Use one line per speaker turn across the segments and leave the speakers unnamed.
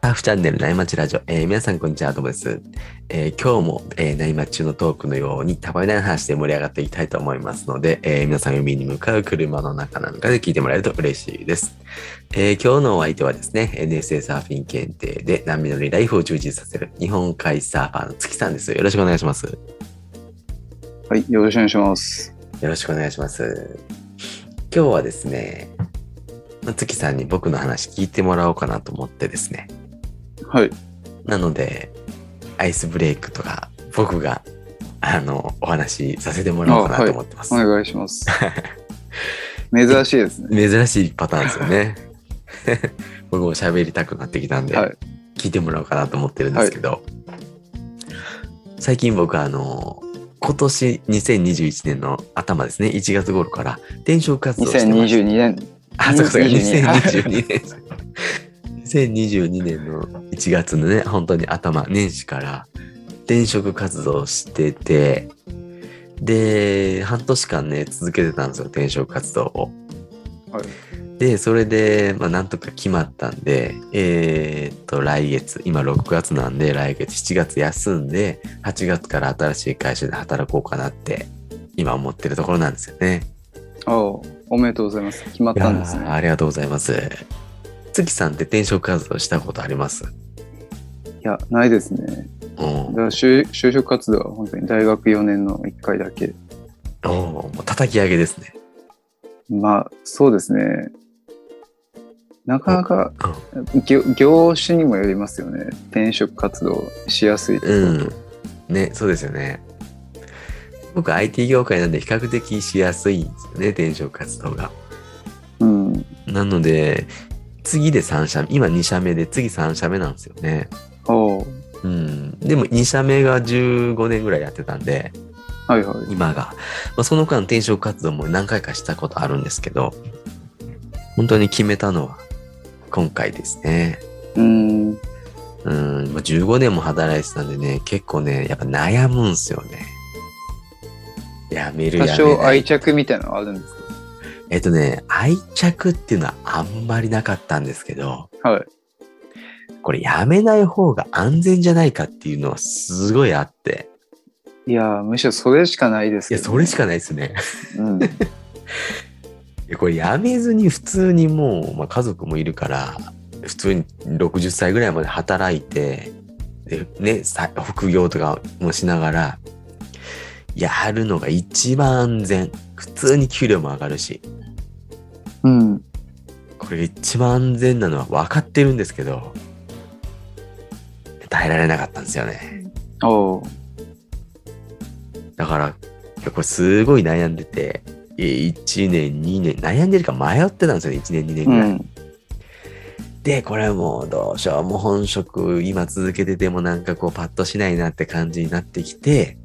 ハーフチャンネル内町ラジオ、えー皆さんこんにちは、どうもです。えー今日も、えー、内町中のトークのように、たまにない話で盛り上がっていきたいと思いますので、えー皆さん海に向かう車の中なんかで聞いてもらえると嬉しいです。えー今日のお相手はですね、NSA サーフィン検定で波乗りライフを充実させる日本海サーファーの月さんです。よろしくお願いします。よ
はい、よろしくお願いします。
ろしくお願いします。今日はですね、まあ月さんに僕の話聞いてもらおうかなと思ってですね、
はい、
なので、アイスブレイクとか、僕が、あの、お話しさせてもらおうかなと思ってます。
お願いし ます。珍しいですね。
珍しいパターンですよ ね。僕も喋りたくなってきたんで、
はい
聞いてもらおうかなと思ってるんですけど、最近僕はあの、今年2021年の頭ですね、1月頃から転職活動をしてました
2022年。
あ、そうかそうか、
2022
2022年。2022年の1月のね、本当に頭、年始から転職活動をしてて、で、半年間ね、続けてたんですよ、転職活動を。
はい
で、それで、まあ、なんとか決まったんで、えーっと、来月、今6月なんで、来月7月休んで、8月から新しい会社で働こうかなって、今思ってるところなんですよね。
おおめでとうございます。決まっ
いや
たんです
ー
ね。
ありがとうございます。月さんって転職活動したことあります
いや、ないですね。
お
だ
う
から就就職活動は本当に大学4年の1回だけ。
おうもう叩き上げですね。
まあ、そうですね。なかなか
うん
業業種にもよりますよね。転職活動しやすいところと
うん。ね、そうですよね。僕 IT 業界なんで比較的しやすいんですよね、転職活動が。
うん。
なので、次で3社目、今2社目で次3社目なんですよね。
お
うん。でも2社目が15年ぐらいやってたんで、
はいはい。
今が、まあ、その間転職活動も何回かしたことあるんですけど本当に決めたのは今回ですね
うん。
うんまあ15年も働いてたんでね結構ねやっぱ悩むんすよねやめる
多
やめ
少
な
愛
い
着みたいなのはあるんですか
えっとね愛着っていうのはあんまりなかったんですけど
はい。
これやめない方が安全じゃないかっていうのはすごいあって
いやー、むしろそれしかないです
い
け
や
ど
そ
ね、
れしかないですね
うん。
いやこれやめずに普通にもう、まあ、家族もいるから普通に60歳ぐらいまで働いてで、ね、さ副業とかもしながらやるのが一番安全普通に給料も上がるし
うん。
これが一番安全なのは分かってるんですけど耐えられなかったんですよね
おう
だからいやこれすごい悩んでて1年2年悩んでるか迷ってたんですよね1年2年
う
ぐらい。
ん。
で、これはもうどうしよう、もう本職今続けててもなんかこうパッとしないなって感じになってきて、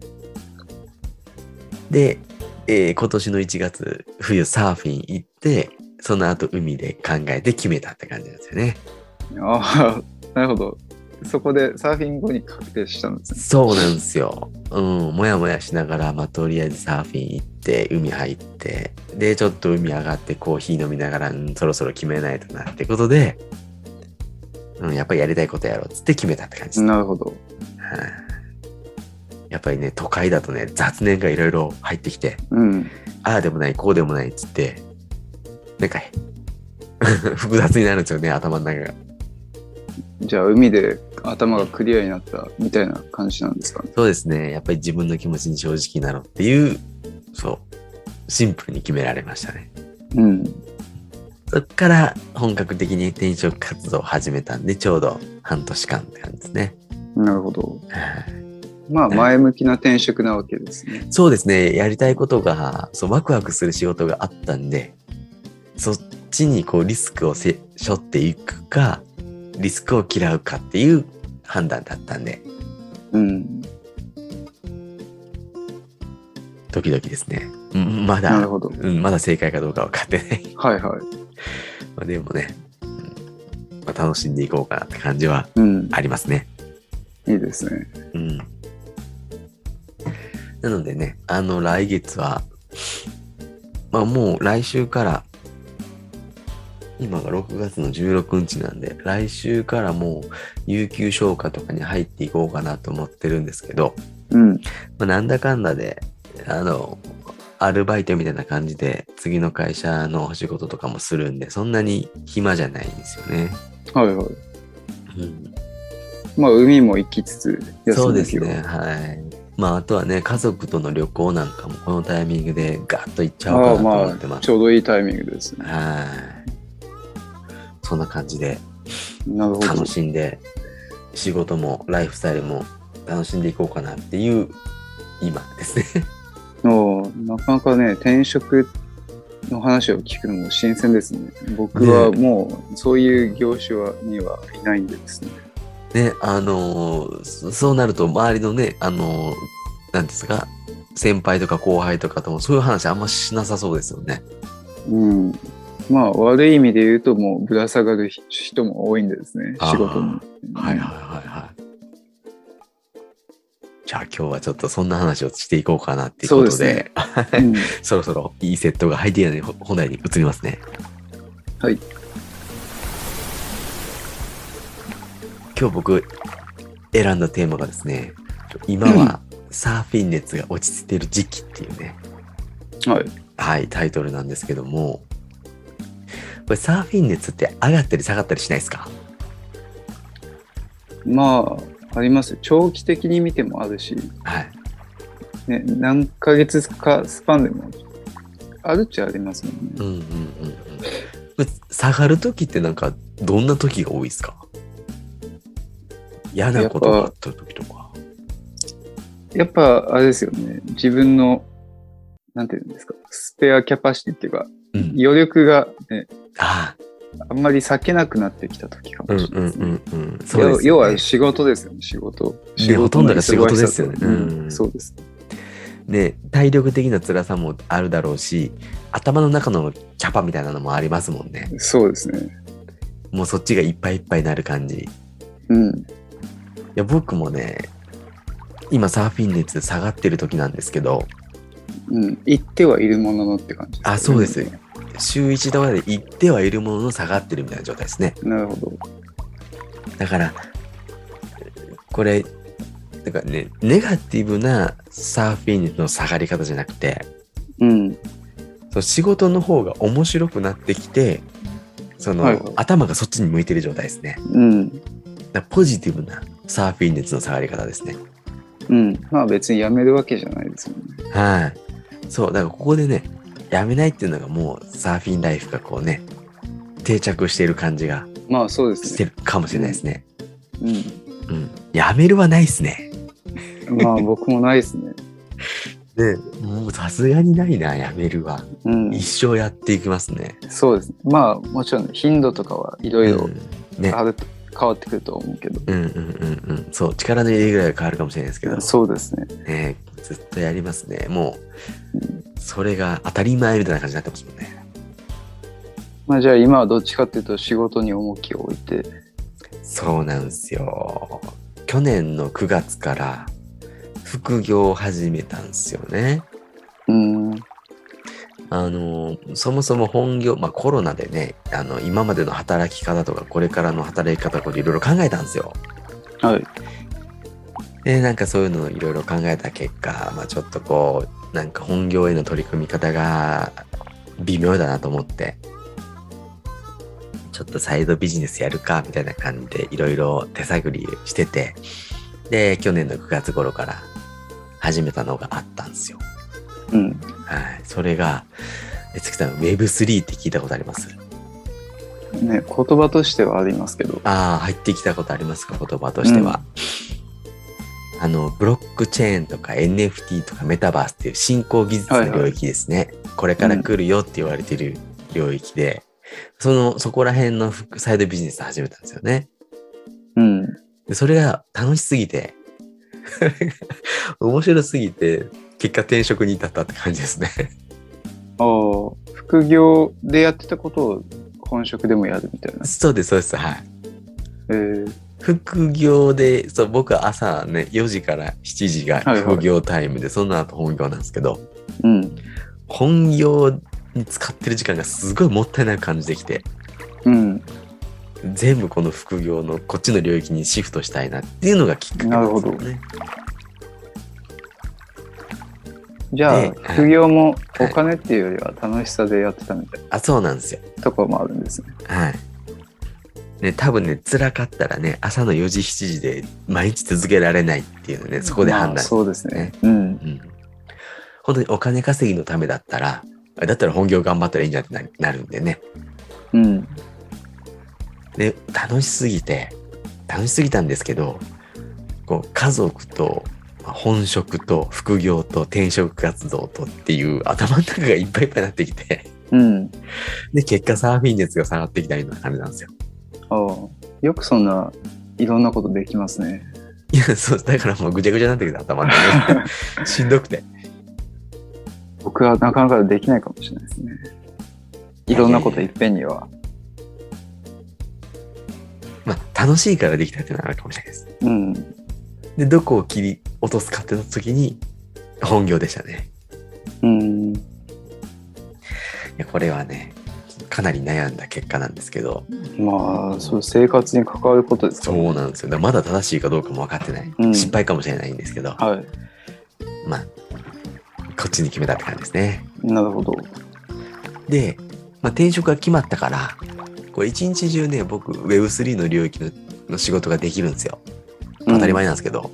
で、えー今年の1月、冬サーフィン行って、その後海で考えて決めたって感じなんですよね。
ああ、なるほど。そこでサーフィン後に確定したんですね。
そうなんですよ。うん、もやもやしながら、まあ、とりあえずサーフィン行って、海入って、で、ちょっと海上がってコーヒー飲みながら、うん、そろそろ決めないとなってことで、うん、やっぱりやりたいことやろうっつって決めたって感じです
なるほど。
はいやっぱりね都会だとね雑念がいろいろ入ってきて
うん。
ああでもないこうでもないっつってなんか 複雑になるんですよね頭の中が
じゃあ、海で頭がクリアになったみたいな感じなんですかね。
そうですねやっぱり自分の気持ちに正直なのっていうそうシンプルに決められましたね
うん。
そっから本格的に転職活動を始めたんでちょうど半年間って感じですね
なるほど。
はい
まあ、前向きな転職なわけですね。
そうですね、やりたいことが、そう、ワクワクする仕事があったんで、そっちにこうリスクをせ背負っていくか、リスクを嫌うかっていう判断だったんで、
うん。
ドキドキですね。うんま
なる
だ、
ほど。
うん、まだ正解かどうか分かってない。
はいはい。
まあでもね、うんまあ、楽しんでいこうかなって感じは
うん。
ありますね。
いいですね。
うん。なのでね、あの来月は、まあもう来週から、う今が6月の16日なんで、来週からもう、有給消化とかに入っていこうかなと思ってるんですけど、
うん。
まあ、なんだかんだで、あの、アルバイトみたいな感じで、次の会社のお仕事とかもするんで、そんなに暇じゃないんですよね。
はいはい。
うん、
まあ、海も行きつつ、
そう
休
で
ですす
ね。
ね。
はい。まあ、あとはね、家族との旅行なんかもこのタイミングでガッと行っちゃおうかなと思ってます。
ちょうどいいタイミングですね。
はい。そんな感じで
なるほど
楽。しんで、仕事もライフスタイルも楽しんでいこうかなっていう今ですね。
おーなかなかね、転職の話を聞くのも新鮮ですね。僕はもう、そういう業種はにはいないんでですね。
ね、あのーそそうなると周りのね、あのーなんですか、先輩とか後輩とかともそういう話あんましなさそうですよね。
うん。まあ、悪い意味で言うと、もう、ぶら下がる人も多いんでですね、
あー
仕事に。
はいはいはいはい。じゃあ今日はちょっとそんな話をしていこうかなっていうことで、
そ
そう
ですうん
ろそろいいセットが入っていないので本題に移りますね。
はい。
今日僕選んだテーマがですね、今はサーフィン熱が落ち着いている時期っていうね、
はい。
はい、タイトルなんですけども、これサーフィン熱って上がったり下がったりしないですか
まあ、あります。長期的に見てもあるし、
はい。
ね、何ヶ月かスパンでもあるっちゃありますもん
う
ね。
んうんうんうん。下がる時ってなんかどんな時が多いですか嫌なことがあった時とか。
やっぱ、あれですよね、自分の、なんていうんですか、スペアキャパシティっていうか、
うん、
余力が、ね、
あ
あんまり避けなくなってきた時か
あ、う
も
ん
しれ
うん
ないですね。
うんうん。
要要は
ね
仕事ですよね、仕事。
ねほとんどが仕事ですよね
仕事の忙しさと
うん
そうです。
ね、体力的な辛さもあるだろうし、頭の中のキャパみたいなのもありますもんね。
そうですね。
もうそっちがいっぱいいっぱいになる感じ。い
うん。
や、僕もね、今サーフィン熱下がってる時なんですけど、
うん。行ってはいるもののって感じ、
あそうですよ週1度まで行ってはいるものの下がってるみたいな状態ですね。
なるほど。
だから、これ、だからね、ネガティブなサーフィンの下がり方じゃなくて、
うん。
その仕事の方が面白くなってきて、その、
はいはい
頭がそっちに向いてる状態ですね。
うん。
だからポジティブなサーフィン熱の下がり方ですね。
うん。まあ別に辞めるわけじゃないですもんね。
はい。そう、だからここでね、やめないっていうのがもうサーフィンライフがこうね、定着している感じが
まあそうで
し
す
て
ね。
るかもしれないですね。
う
うん。やめるはないですね。
ん。まあ僕もないです ね。
ね、もうさすがにないな、やめるは。
うん。
一生やっていきますね。
そうですね。まあもちろん頻度とかはいろい
う
ろ
ん、ね。
あると変わってくると思うけど。
うんうんうんうん。そう、力の入れ具合が変わるかもしれないですけど、
そうですね。
ね、ずっとやりますね。もう、それが当たり前みたいな感じになってますもんね。
まあじゃあ今はどっちかっていうと仕事に重きを置いて。
そうなんですよ。去年の9月から副業を始めたんですよね。
うん。
あの、そもそも本業、まあコロナでね、あの、今までの働き方とか、これからの働き方とかいろいろ考えたんですよ。
はい。
でなんかそういうのをいろいろ考えた結果、まあ、ちょっとこうなんか本業への取り組み方が微妙だなと思ってちょっとサイドビジネスやるかみたいな感じでいろいろ手探りしててで去年の9月頃から始めたのがあったんですよ。
うん。
はい、それがえ月さん Web3 って聞いたことあります
ね、言葉としてはありますけど。
ああ入ってきたことありますか言葉としては。あのブロックチェーンとか NFT とかメタバースっていう新興技術の領域ですね、これから来るよって言われてる領域で、そのそこら辺の副サイドビジネスを始めたんですよね
うん。
でそれが楽しすぎて 面白すぎて結果転職に至ったって感じですね
ああ、副業でやってたことを本職でもやるみたいな。
そうですそうですはい
えー、
副業でそう僕は朝ね4時から7時が
はいはい
副業タイムで、その後本業なんですけど
うん。
本業に使ってる時間がすごいもったいなく感じてきて
うん。
全部この副業のこっちの領域にシフトしたいなっていうのがきっかけなんですよね。
じゃあ、
ね
副業も
は
お
い
金っていうよりは楽しさでやってたみたい
あそうなんですよ。
なところもあるんですね。
はい。ね、多分ね、辛かったらね、朝の4時、7時で毎日続けられないっていうのね、そこで判
まあ
断。
そうですね
ね。
うん。
うん。本当にお金稼ぎのためだったら、だったら本業頑張ったらいいんじゃんってななるんでね。
うん。
で、楽しすぎて、楽しすぎたんですけど、こう、家族と、まあ本職と副業と転職活動とっていう頭の中がいっぱいいっぱいになってきて、
うん。
で、結果サーフィン熱が下がってきたような感じなんですよ。
ああ。よくそんないろんなことできますね。
いや、そう、だからもうぐちゃぐちゃになってきた頭の中がしんどくて。
僕はなかなかできないかもしれないですね。いろんなこといっぺんには。
まあ、楽しいからできたっていうのはあるかもしれないです。
うん。
で、どこを切り落とすかってなった時に、本業でしたね。
うん。
いやこれはね、かなり悩んだ結果なんですけど、
まあ、そう、生活に関わることですから、
そうなんですよ。だからまだ正しいかどうかも分かってない。
うん
失敗かもしれないんですけど、
はい。
まあ、こっちに決めたって感じですね。
なるほど。
で、まあ、転職が決まったから、これ一日中ね、僕、Web3 の領域のの仕事ができるんですよ。当たり前なんですけど。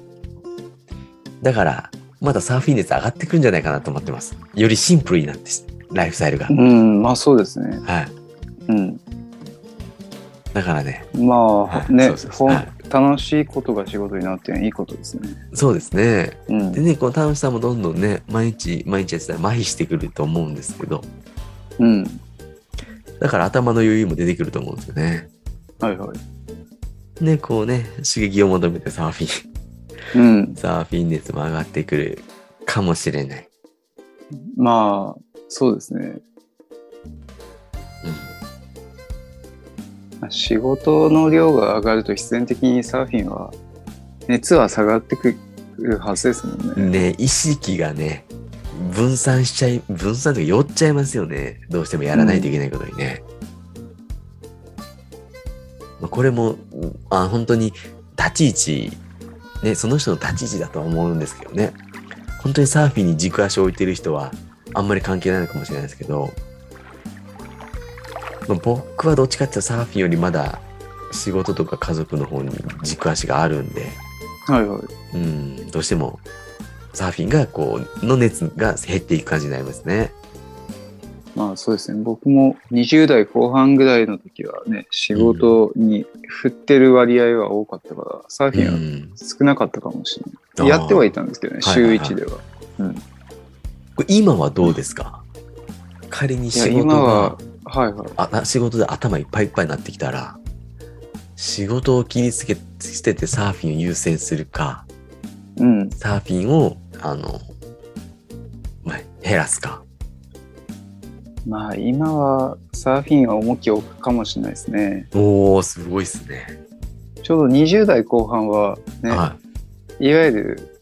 だから、まだサーフィン熱上がってくんじゃないかなと思ってます。よりシンプルになってし、ライフスタイルが。
うん。うん、まあそうですね。
はい。
うん。
だからね、
ま
は
あ、
い
ね
そうそう、そう
ほん
はい
楽しいことが仕事になっていいことですね。
そうですね。
うん
で。ね、この楽しさもどんどんね、毎日、毎日やってたら麻痺してくると思うんですけど、
うん。
だから頭の余裕も出てくると思うんですよね。
はいはい。
ね、こうね、刺激を求めてサーフィン、
うん。
サーフィン熱も上がってくるかもしれない。
まあ、そうですね。
うん
仕事の量が上がると必然的にサーフィンは熱は下がってくるはずですもんね。
ね、意識がね、分散しちゃい、分散というか寄っちゃいますよね。どうしてもやらないといけないことにね。まあこれも、うんあ本当に立ち位置、ね、その人の立ち位置だとは思うんですけどね。本当にサーフィンに軸足を置いてる人はあんまり関係ないのかもしれないですけど、まあ僕はどっちかっていうとサーフィンよりまだ仕事とか家族の方に軸足があるんで、
はいは
う
い。
ん、どうしてもサーフィンがこうの熱が減っていく感じになりますね。
まあそうですね。僕も20代後半ぐらいの時はね、仕事に振ってる割合は多かったから、サーフ
う
ィンは
ん、
少なかったかもしれない。やってはい
あ
たんですけどね、
はいは
週
いはい
1では。
ーこれ今はどうですか、仮に
いや、
仕事
今は
が、
はいはい。
ああ仕事で頭いっぱいいっぱいになってきたら仕事を切りつけ捨ててサーフィンを優先するか
うん。
サーフィンをあの、まあ、減らすか。
まあ今はサーフィンは重きを置くかもしれないですね。
おーすごいですね。
ちょうど20代後半はね、
はい
いわゆる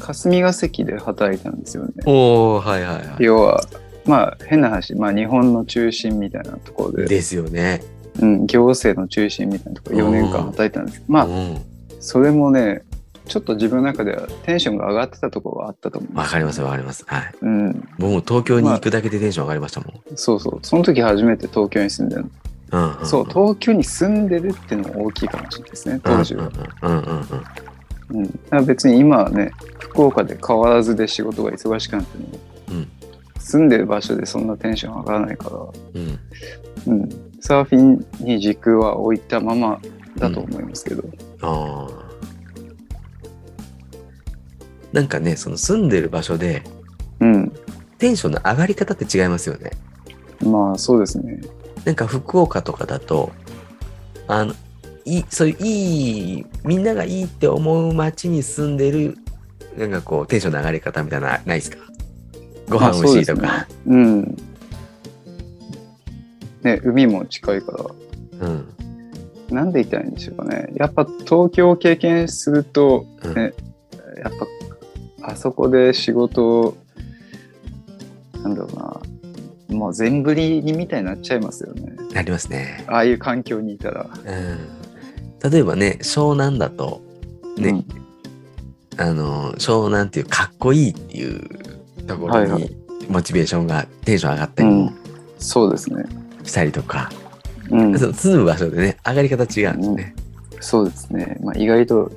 霞が関で働いたんですよね。
おーはいはいはい。
要はまあ変な話、まあ、日本の中心みたいなところで
ですよね。
うん、行政の中心みたいなところで
う
4
ん
年間働いたんですけどま
う
あ
ん
それもねちょっと自分の中ではテンションが上がってたところはあったと思う。
わかりますわかります。はい。
うん、
僕も東京に行くだけでテンション上がりましたもん。
そうそうその時初めて東京に住んでるの、
うんん
そう東京に住んでるっていうのが大きいかもしれないですね当時は、
うんうんうんうん
うんだから別に今はね福岡で変わらずで仕事が忙しくなっても、
うん
住んでる場所でそんなテンション上がらないから、
うんうん
うん、サーフィンに軸は置いたままだと思いますけど、
ああなんかねその住んでる場所で
うん、
テンションの上がり方って違いますよね
まあそうですね。
なんか福岡とかだとあのいいそういういいみんながいいって思う街に住んでるなんかこうテンションの上がり方みたいなのないですかご
あ
飯美
そう
味し
で
い
す
と
ね
か
うん。ね、海も近いから、
う,、ん
なんで言ったらいいんでしょうかね。やっぱ東京を経験すると、
うん
ねやっぱあそこで仕事を、なんだろうな、もう全振りにみたいになっちゃいますよね。
なりますね。
ああいう環境にいたら。
うん、例えばね湘南だとね、
うん
あの湘南っていうかっこいいっていうところ
はいは
にモチベーションがテンション上がった
う
り
ん。そうですね。
したりとか、
うん。
その住む場所でね上がり方違うんですね。
そうですね。まあ、意外と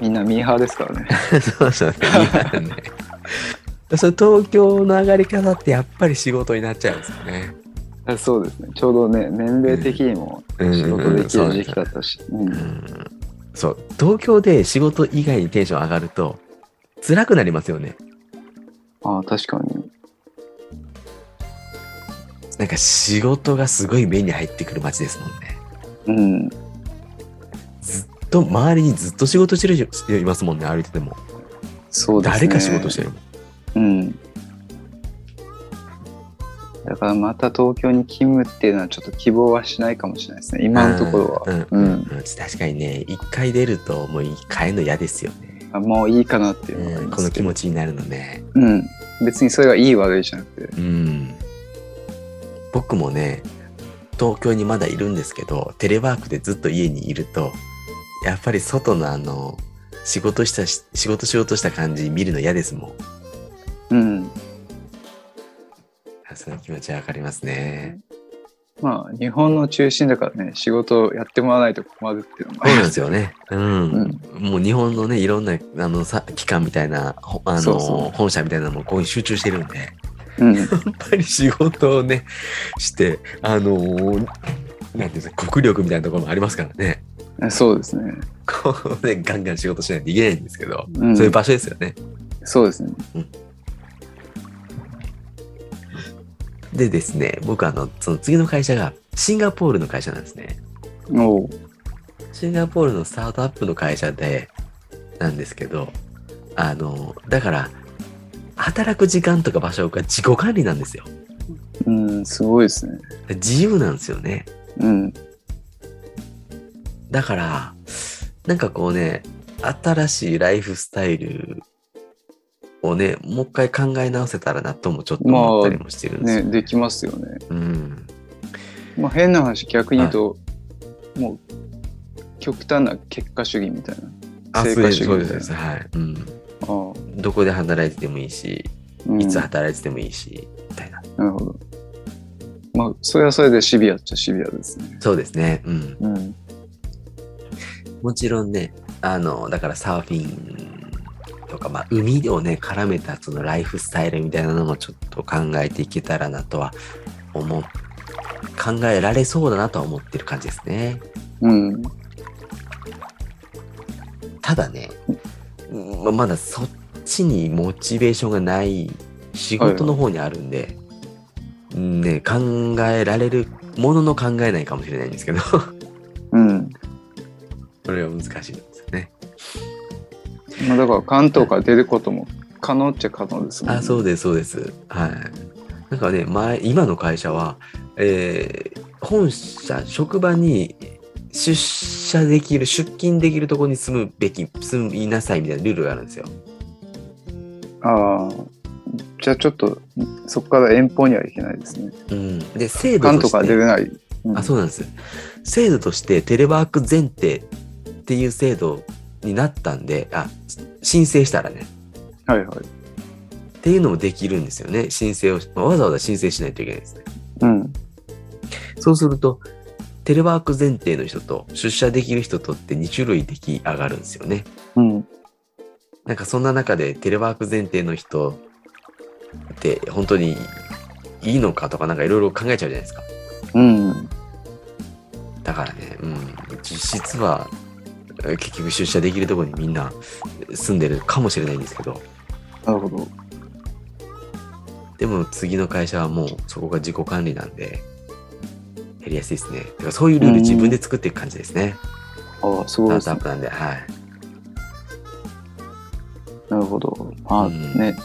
みんなミーハーですからね。
そうそうね今ねその東京の上がり方ってやっぱり仕事になっちゃうんですよね。
そうですね。 ちょうどね、年齢的にも
うん
仕事でき
うんうんそうな
る
ん
時
です
期だったし。う
うんんそう東京で仕事以外にテンション上がると辛くなりますよね。
ああ、確かに。
なんか仕事がすごい目に入ってくる街ですもんね。
うん。
と周りにずっと仕事してる人いますもんね歩いてても、
そうですね。
誰か仕事してるもん
うん。だからまた東京に勤務っていうのはちょっと希望はしないかもしれないですね。今のところは。
は
うん
確かにね一回出るともう一回の嫌ですよね、
あもういいかなっていうのがあ
う
り
ん、
ま
この
すけ
気
ど、
持ちになるのね
うん、別にそれがいい悪いじゃなくて。
うん僕もね東京にまだいるんですけどテレワークでずっと家にいるとやっぱり外のあの仕事したし仕事しようとした感じ見るの嫌ですもん
うん。
あその気持ちはわかりますね
まあ、日本の中心だからね、仕事をやってもらわないと困るっていうのもあ
そうな
り
ん
ま
ですす
よ。
よねうん
うん、
もう日本のねいろんなあのさ機関みたいなほあの
そうそ
本社みたいなのもこういう集中してるんでや
うん、
っぱり仕事をねしてあのーなんていうんですか国力みたいなところもありますからね
えそうですね。
こうねガンガン仕事しないといけないんですけど、
うん
そういう場所ですよね。
そうですね。
でですね僕あのその次の会社がシンガポールの会社なんですね。
おう
シンガポールのスタートアップの会社でなんですけどあのだから働く時間とか場所が自己管理なんですよ。
うん、すごいですね。
自由なんですよね。
うん、
だから、なんかこうね、新しいライフスタイルをね、もう一回考え直せたらなともちょっと思ったりもしてるんです
ね、
よ。
できますよね。
うん。
まあ、変な話、逆に言うと、もう、極端な結果主義みたいな。
あ、
成
そう
果
で
主
す、
義
そう
み
で
たい
す。
な。
はい。うん。
ああ
どこで働いててもいいし、
うん
いつ働いててもいいし、みたいな。
なるほど。まあ、それはそれでシビアっちゃシビアですね。
そうですね。うん。
うん。
もちろんね、あの、だからサーフィンとか、まあ、海をね、絡めたそのライフスタイルみたいなのもちょっと考えていけたらなとは思う。考えられそうだなとは思ってる感じですね。
うん。
ただね、うんままだそっちにモチベーションがない仕事の方にあるんで、うんね、考えられるものの考えないかもしれないんですけど、
うん。
それは難しいんですよね。
まあ、だから関東から出ることも可能っちゃ可能ですもんね。
あそう
で
ですそうですはいなんかね前今の会社は、えー本社職場に出社できる出勤できるところに住むべき住みなさいみたいなルールがあるんですよ
ああ。じゃあちょっとそこから遠方には行けないですね。
うんで制度
関
と
東
し
から出
て
れない。うん
あそうなんです制度としてテレワーク前提っていう制度になったんであ申請したらね
はいはい。
っていうのもできるんですよね申請をわざわざ申請しないといけないですね
うん。
そうすると、テレワーク前提の人と出社できる人とって2種類出来上がるんですよね。
うん。
なんかそんな中でテレワーク前提の人って本当にいいのかとかなんかいろいろ考えちゃうじゃないですか。
うん。
だからね、うん、実質はえー結局出社できるところにみんな住んでるかもしれないんですけど、
なるほど。
でも次の会社はもうそこが自己管理なんで、やりやすいですね。だからそういうルール自分で作っていく感じですね。
ああ、す
ス
ご
タート
いです
ア
ね
ッ。プなんで、はい。
なるほど。まあ
うん
ね、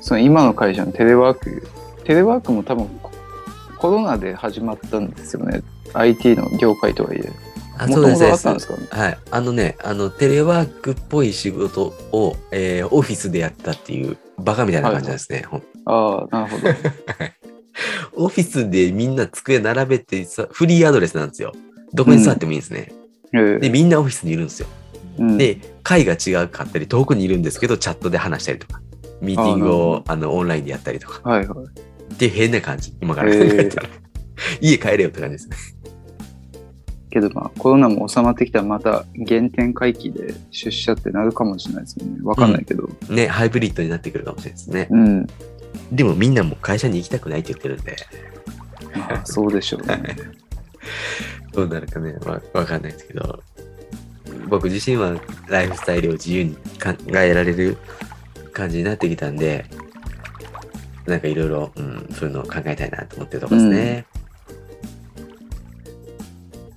その今の会社のテレワーク、テレワークも多分ココロナで始まったんですよね。IT の業界とはいえ。
あ
も
そう
と
で
も
す
とあ
で
っ
す
たんですかね。
はい、あのねあのテレワークっぽい仕事を、えーオフィスでやったっていうバカみたいな感じなんですね、ほん
ああ、なるほど。
オフィスでみんな机並べてさ、フリーアドレスなんですよ。どこに座ってもいいんですね。
えー
で、みんなオフィスにいるんですよ。
うん、
で、会が違うかったり、遠くにいるんですけど、チャットで話したりとか、ミーティングをあのオンラインでやったりとか、
はいはい。
っていう変な感じ。今から考えたら。 家帰れよって感じですね。
けどまあコロナも収まってきたらまた原点回帰で出社ってなるかもしれないですよね。わかんないけど。
ね、ハイブリッドになってくるかもしれないですね。
うん。
でもみんなもう会社に行きたくないって言ってるんで、
まあそうでしょう ね。
どうなるかね、わ、わかんないですけど、僕自身はライフスタイルを自由に考えられる感じになってきたんで、なんかいろいろ、うん、そういうのを考えたいなと思ってるとこですね。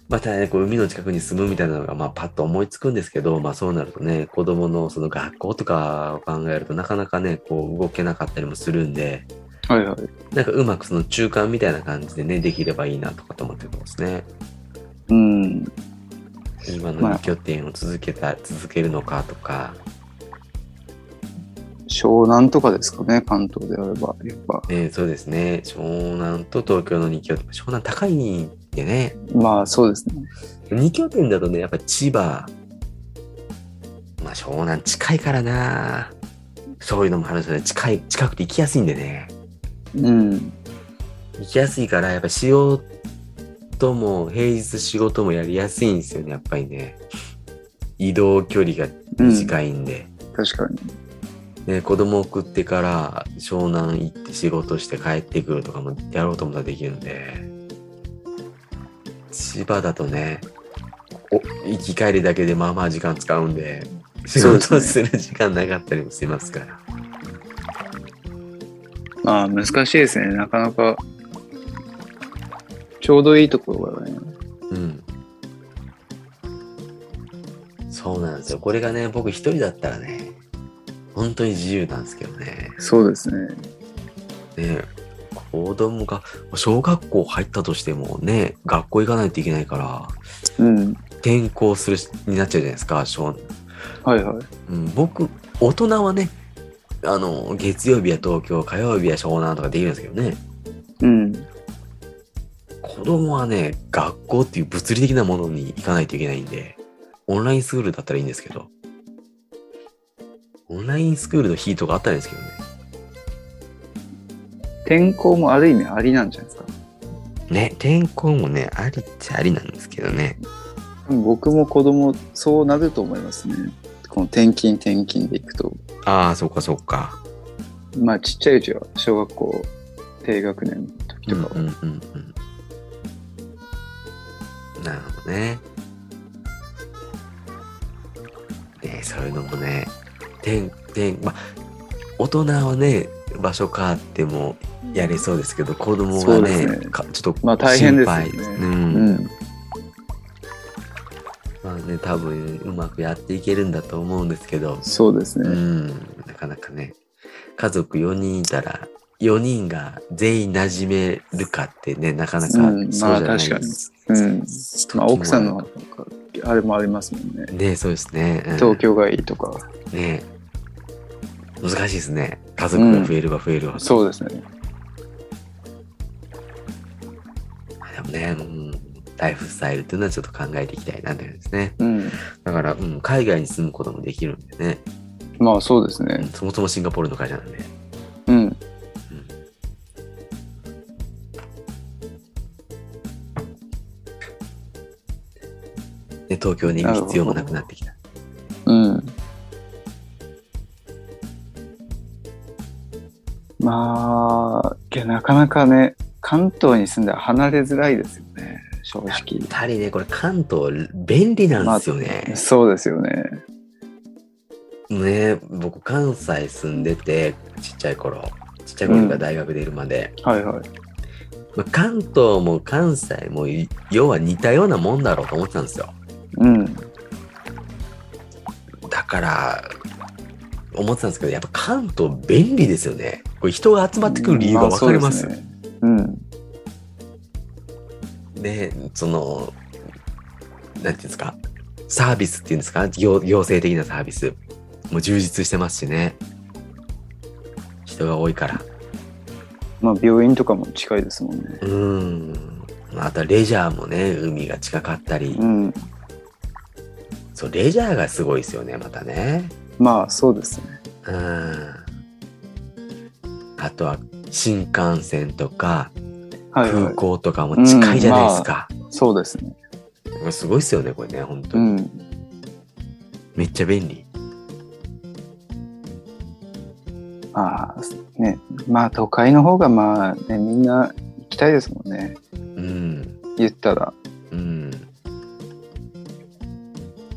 まあ、ただね、こう海の近くに住むみたいなのが、まあ、パッと思いつくんですけど、まあ、そうなるとね、子供のその学校とかを考えるとなかなかね、こう動けなかったりもするんで、
はいはい。
なんかうまくその中間みたいな感じでね、できればいいなとかと思ってますね。
うん。
今の
まあ
2拠点を続けた、続けるのかとか、
湘南とかですかね、関東であれば。やっぱ。
ね、そうですね、湘南と東京の2拠点、湘南高いんでね、
まあそうですね。
2拠点だとね、やっぱ千葉、まあ湘南近いからな、そういうのもあるんですよね、近い、近くて行きやすいんでね、
うん。
行きやすいから、やっぱ仕事も、平日仕事もやりやすいんですよね、やっぱりね。移動距離が
うん、
短いんで。
確かに。
ね、子供送ってから湘南行って仕事して帰ってくるとかもやろうと思ったらできるんで千葉だとねお行き帰りだけでまあまあ時間使うんで仕
そうです
事
ね
する時間なかったりもしますから
まあ難しいですね、なかなか。ちょうどいいところがね。
うんそうなんですよこれがね僕一人だったらね本当に自由なんですけどね
そうですね。
ね子供が小学校入ったとしてもね学校行かないといけないから
うん。
転校するしになっちゃうじゃないですか、小
はいはい。
うん、僕大人はねあの月曜日は東京火曜日は湘南とかできるんですけどね
うん。
子供はね学校っていう物理的なものに行かないといけないんでオンラインスクールだったらいいんですけどオンラインスクールの日とかあったらいいんですけどね
天候もある意味ありなんじゃないですか。
ね転校もねありっちゃありなんですけどね
僕も子供そうなると思いますね。この転勤転勤でいくと。
ああそうかそうか
まあちっちゃいうちは小学校低学年の時とかは、
うんうんうんうん、なるほどねねそういうのもね点点まあ大人はね場所変わってもやれそうですけど子供が
そう
ね
ですね
かちょっと
まあ大変ですよね
心配
う
うん
ん
まあね多分うまくやっていけるんだと思うんですけど
そうです
う
ね。
んなかなかね家族4人いたら4人が全員馴染めるかってねなかなかそう
うん
じゃない、
まあ確かにうん。まあ奥さんのあれもありますもんね。
ねそうですね、うん
東京がいいとか。
ね難しいですね家族が増えれば増えるほど、
そうですね。
でもね、うん、ライフスタイルっていうのはちょっと考えていきたいなというですね
うん。
だから、うん、海外に住むこともできるんでね、
まあそうです
うん
ね。
そもそもシンガポールの会社なんで
うん。
で東京に行く必要もなくなってきた
うん。まあ、いやなかなかね、関東に住んでは離れづらいですよね、正直
やっ。ぱりねこれ関東便利なんですよね、
そうですよね。
ね僕関西住んでてちっちゃい頃ちっちゃい頃が大学出るまで、
はいはい。
まあ関東も関西もい要は似たようなもんだろうと思ってたんですよ
うん。
だから思ってたんですけどやっぱ関東便利ですよねこれ人が集まってくる理由が分かります,、
あそうでねうん。
でそのなんていうんですかサービスっていうんですか行行政的なサービスも充実してますしね人が多いから
まあ、病院とかも近いですもんね。
うん。またレジャーもね、海が近かったり
う。ん。
そう、レジャーがすごいですよね、またね。
まあ、そうですね。
うん。あとは、新幹線とか、
はい、は
空
い。
港とかも近いじゃないですか。
そうですね。
すごいですよね、これね、本当
う
に。
ん。
めっちゃ便利。
まあ、ね。まあ、都会の方が、まあ、ね、みんな行きたいですもんね。
うん。
言ったら。
うん。ね、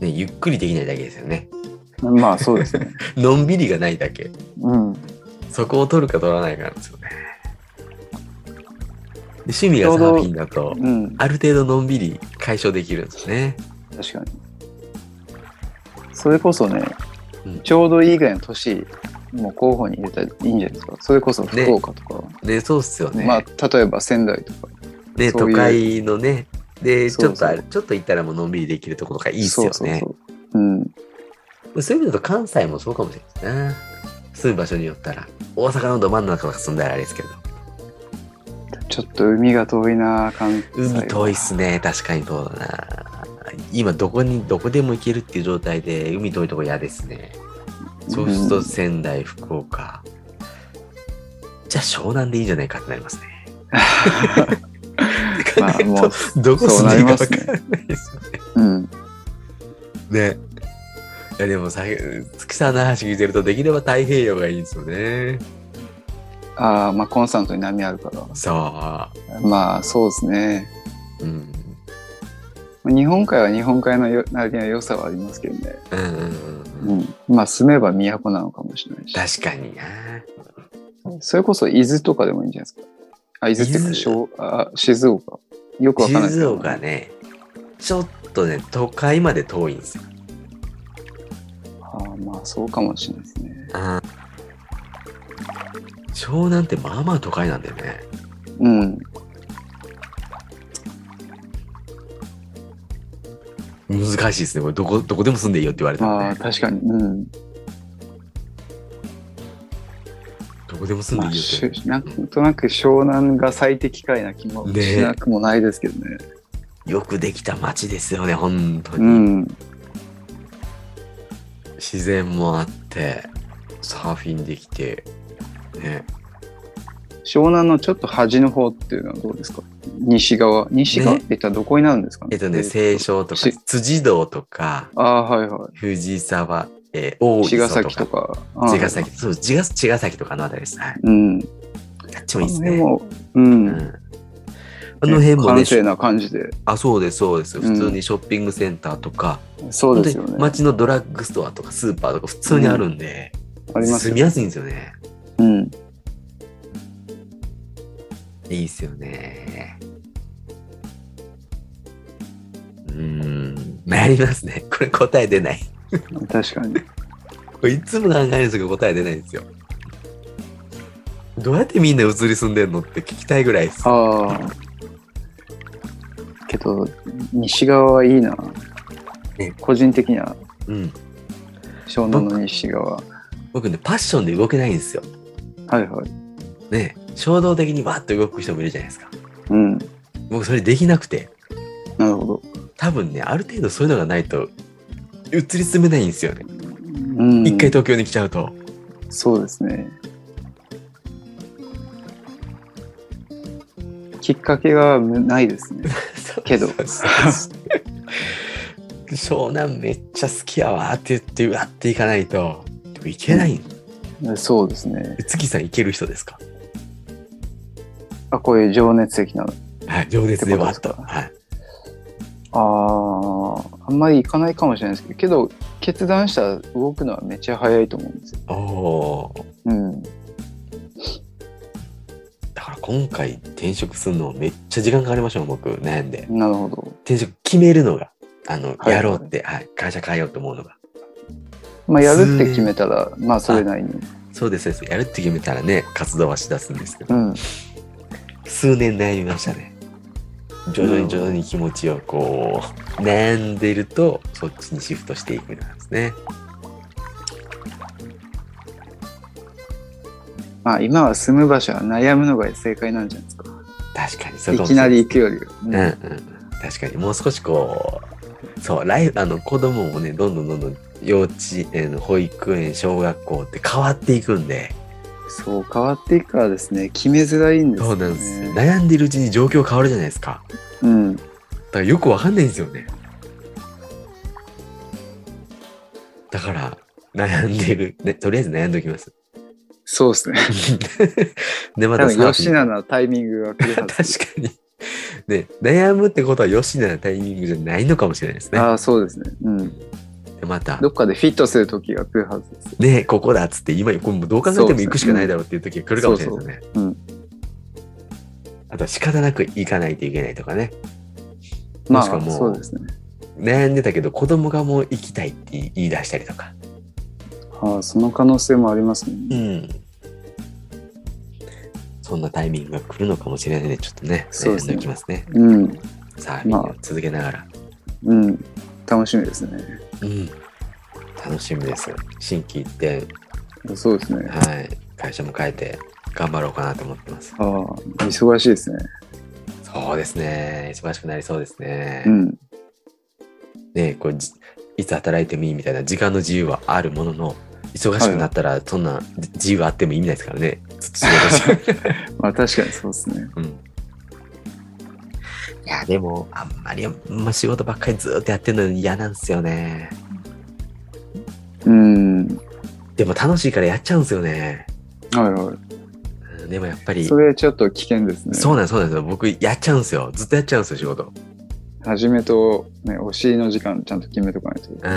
ゆっくりできないだけですよね。
まあ、そうですね。
のんびりがないだけ。
うん。
そこを取るか取らないかなんですよね。で趣味がサ
ちょうど
ーフィンだと、
うん。
ある程度のんびり解消できるんですね。
確かに。それこそね
うん、
ちょうどいいぐらいの年、もう候補に入れたらいいんじゃないですか。それこそ福岡とか、
で、そうっすよね。
まあ、例えば仙台とか。
で、
そ
都
ういう
会のね、で、ち
そ
ょっ
う
と
そう
ある、ちょっと行ったらもうのんびりできるところがいいっすよね。
そうそうそう。うん。
そういう意味だと関西もそうかもしれないですね。住む場所によったら。大阪のど真ん中とか住んだらあれですけど。
ちょっと海が遠いな関西は
海遠いっすね。確かにそうだな。今どこに、どこでも行けるっていう状態で、海遠いとこ嫌ですね。そうする
う
と
ん
仙台、福岡。じゃあ湘南でいいんじゃないかってなりますね。って考
ま
え
あ
ると
もう
どこ住んでいいか分からないですよね。
うん
ね。いやでもさ、月さんの話聞いてると、できれば太平洋がいいんですよね。
ああまあコンスタントに波あるから
さあ。
まあそうですね
うん。
日本海は日本海のよなりの良さはありますけどね、
うんうんうんうん。
うん、まあ住めば都なのかもしれないし
確かにな。
それこそ伊豆とかでもいいんじゃないですかあ伊豆っていう
伊豆
かしょうあ静岡よくわかんないですけ
静
ど
岡ね、ちょっとね、都会まで遠いんですよ。
ああまあそうかもしれないですね
うん湘南ってまあまあ都会なんだよね。
うん
難しいですね。これどこ、どこでも住んでいいよって言われた
ま
ら
あ
ね。
確かにうん
どこでも住ん
ま
でいい
あ
よって言
し
われ
なんとなく湘南が最適解な気もしなくもないですけどね
たよくできた街ですよね、本当
う
に。
ん
自然もあって、サーフィンできて、ね。
湘南のちょっと端の方っていうのはどうですか西側西側って言ったらどこになるんですかね
えっとね、
清
清少とか
し、
辻堂とか、
ああはいは
藤沢、えー、大
い茅ヶ
磯と
崎
か
と、か
茅ヶ崎、そう、茅ヶ茅ヶ崎とかのあたりです。はい。
うん
あっちもいい
あ
です
の
ね
辺。もうん、
うんあの辺もね
閑、静な感じで
あ、そうです、そうです。
うん
普通にショッピングセンターとか、
そうですよ
本当に
ね
街のドラッグストアとかスーパーとか普通にあるんで、
あります
住
よ
みやすいんですよね。
うん
いいっすよね。うーん、悩みますね。こ れ答え出ない。
確かに
これいつも考えるんですけど答え出ないんですよ。どうやってみんな移り住んでんのって聞きたいぐらいです。
ああけど西側はいいな
ね
個人的には
うん。
湘南の西側
僕ね、パッションで動けないんですよ。
はいはい
ね、衝動的にわーっと動く人もいるじゃないですか。
うん
僕それできなくて
なるほど、
多分ねある程度そういうのがないと移り住めないんですよね
うん、
一、回東京に来ちゃうと
そうですね。きっかけがむないですね。 けど
湘南めっちゃ好きやわーって言ってうわっていかないとでも行けない、
そうですね。
月さん行ける人ですか
あ、こういう情熱的な。
はい情熱でわっと
ってこと
はい
あーあんまりいかないかもしれないですけど、けど決断したら動くのはめっちゃ早いと思うんですよ。
おおー
うん。
だから今回転職するのめっちゃ時間かかりましたもん僕悩んで
なるほど。
転職決めるのがあの、
はい
やろうって、はい、会社変えようと思うのが
まあ、やるって決めたら、まあ、それなりに。
そうですそうですやるって決めたらね活動はしだすんですけど
うん。
数年悩みましたね徐々に徐々に気持ちをこう悩んでるとそっちにシフトしていくみたいなんですね
まあ今は住む場所は悩むのが正解なんじゃないですか。
確かにそう
い
かもし
き
れ
な
ない
り行くよりは。
うんうん、確かにもう少しこうそうライフあの子供もねどんどんどんどん幼稚園保育園小学校って変わっていくんで
そう変わっていくからですね決めづらいんです
そ
よ
うなん
ね。
ですよ悩んでるうちに状況変わるじゃないですか
うん。
だからよくわかんないんですよねだから悩んでる、ね、とりあえず悩んでおきます
そうですね。
でま
多
た
分
サー
吉
フィン
永のタイミングが来るは ず。
確かにね悩むってことは吉永のタイミングじゃないのかもしれないですね
ああそうですね。うん。
でまた
どっかでフィットする時が来るはずです。
ねここだっつって今これもうどう考えても行くしかないだろうっていう時が来るかもしれないですよね。
そうそううん
あとは仕方なく行かないといけないとかね
ま
も
あ
しくはもう
そうですね。
悩んでたけど子供がもう行きたいって言い出したりとか、
ああその可能性もありますね。
ん、そんなタイミングが来るのかもしれないねちょっとね
そう
悩
で
ん
す
で
ね
おきますね
うん
サーフィンを続けながら、
うん楽しみですね。
うん、楽しみです心機一転、
そうですね。
はい、会社も変えて頑張ろうかなと思ってます
ああ忙しいですね。
そうですね忙しくなりそうですね、
うん
ねこうじいつ働いてもいいみたいな時間の自由はあるものの忙しくなったらそんなじ自由あっても意味ないですから ね、ずっと仕事して
まあ確かにそうですね。
うんいやでもあんまり、まあ、仕事ばっかりずーっとやってるの嫌なんですよね
うん
でも楽しいからやっちゃうんですよね
はいは
うんでもやっぱ
い。
り
それちょっと危険ですね。
そうなんですそうなんですよ僕やっちゃうんですよずっとやっちゃうんですよ仕事
始めと、ね、お尻の時間ちゃんと決めとかないと。
う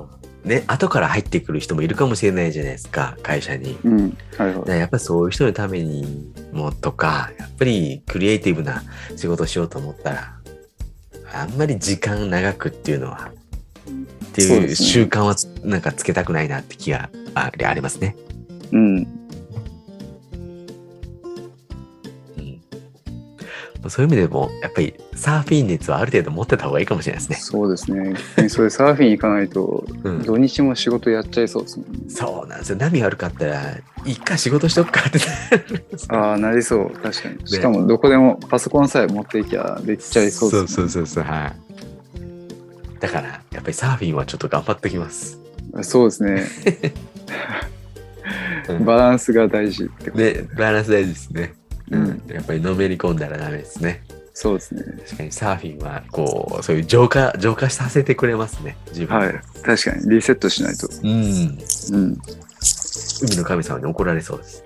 んね後から入ってくる人もいるかもしれないじゃないですか会社に
うん。はい
だ
は
からやっぱりそういう人のためにもとか、やっぱりクリエイティブな仕事をしようと思ったら、あんまり時間長くっていうのは、って
そう
い
で
う
すね
習慣はなんかつけたくないなって気があありますね。
い。うん。
うんそういう意味でも、やっぱりサーフィン熱はある程度持ってた方がいいかもしれないです
そうですね。逆にそれサーフィン行かないと、
ね。うん、
土日も仕事やっちゃいそうですもんね。
そうなんですよ。波悪かったら、一回仕事しとくかってなる。
ああ、なりそう。確かに。しかも、どこでもパソコンさえ持っていきゃできちゃいそうです、
そうそうそうそう、はい。だから、やっぱりサーフィンはちょっと頑張ってきます。
そうですね。
うん
バランスが大事ってこと。
ね、バランス大事ですね。う
うんん、
やっぱりのめり込んだらダメですね。
そうですね。
確かにサーフィンは、こう、そういう浄化、浄化させてくれますね。自分。
はい。確かに、リセットしないと。
うん。
うん。
海の神様に怒られそうです。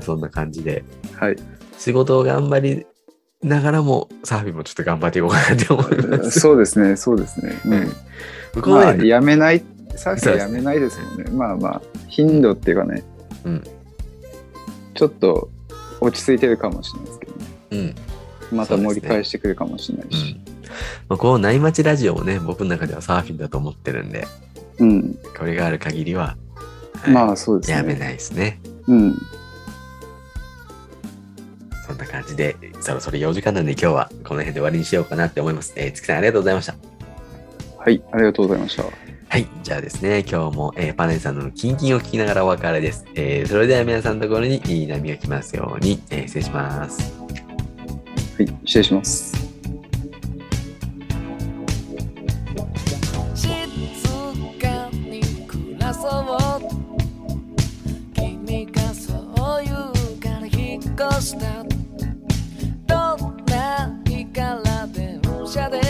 そんな感じで、
はい。
仕事を頑張りながらも、サーフィンもちょっと頑張っていこうかなって思い ます。
そうですね。そうですね。うん。
向こう
ま
は
あ、
ね、
やめない、サーフィンやめないですもんね。まあまあ、頻度っていうかね、
うん
ちょっと落ち着いてるかもしれないですけど、ね、
うん。
また盛り返してくるかもしれないうし。
んまあ、こう、内町ラジオもね、僕の中ではサーフィンだと思ってるんで、
うん。
これがある限りは、
ま
あ、
あ、そうですね。
やめないですね。
うん。
そんな感じで、そろそろ4時間なんで今日はこの辺で終わりにしようかなって思います。えー、月さんありがとうございました。
はい、ありがとうございました。
はい。じゃあですね、今日も、えーパネルさんのキンキンを聞きながらお別れです。えーそれでは皆さんのところにいい波が来ますように、えー失礼します。
はい、失礼します。
静かに暮らそう君がそう言うから引っ越したどんな日から電車で